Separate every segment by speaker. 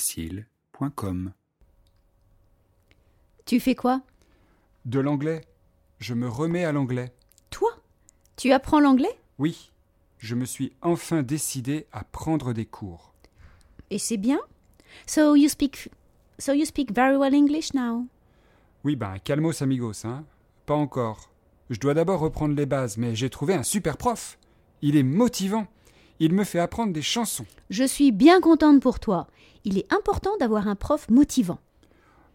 Speaker 1: podcastfrancaisfacile.com
Speaker 2: Tu fais quoi
Speaker 1: De l'anglais. Je me remets à l'anglais.
Speaker 2: Toi Tu apprends l'anglais
Speaker 1: Oui, je me suis enfin décidé à prendre des cours.
Speaker 2: Et c'est bien So you speak So you speak very well English now.
Speaker 1: Oui, ben, calmos amigos, hein. Pas encore. Je dois d'abord reprendre les bases, mais j'ai trouvé un super prof. Il est motivant. Il me fait apprendre des chansons.
Speaker 2: Je suis bien contente pour toi. Il est important d'avoir un prof motivant.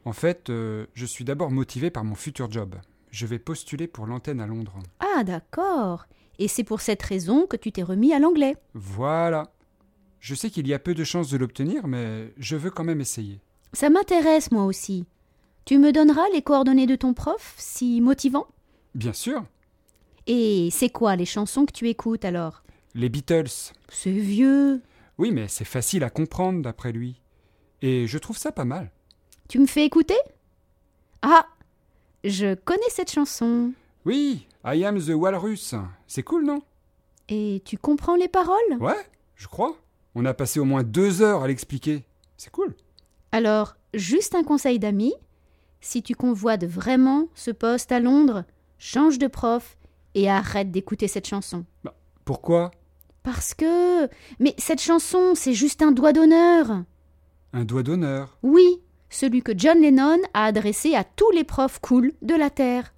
Speaker 1: En fait, euh, je suis d'abord motivé par mon futur job. Je vais postuler pour l'antenne à Londres.
Speaker 2: Ah d'accord. Et c'est pour cette raison que tu t'es remis à l'anglais.
Speaker 1: Voilà. Je sais qu'il y a peu de chances de l'obtenir, mais je veux quand même essayer.
Speaker 2: Ça m'intéresse moi aussi. Tu me donneras les coordonnées de ton prof, si motivant
Speaker 1: Bien sûr,
Speaker 2: Et c'est quoi les chansons que tu écoutes alors
Speaker 1: les Beatles.
Speaker 2: C'est vieux.
Speaker 1: Oui, mais c'est facile à comprendre d'après lui. Et je trouve ça pas mal.
Speaker 2: Tu me fais écouter Ah Je connais cette chanson.
Speaker 1: Oui, I am the walrus. C'est cool, non
Speaker 2: Et tu comprends les paroles
Speaker 1: Ouais, je crois. On a passé au moins deux heures à l'expliquer. C'est cool.
Speaker 2: Alors, juste un conseil d'ami, si tu convoites vraiment ce poste à Londres, change de prof et arrête d'écouter cette chanson.
Speaker 1: Pourquoi
Speaker 2: Parce que... Mais cette chanson, c'est juste un doigt d'honneur.
Speaker 1: Un doigt d'honneur.
Speaker 2: Oui, celui que John Lennon a adressé à tous les profs cool de la Terre.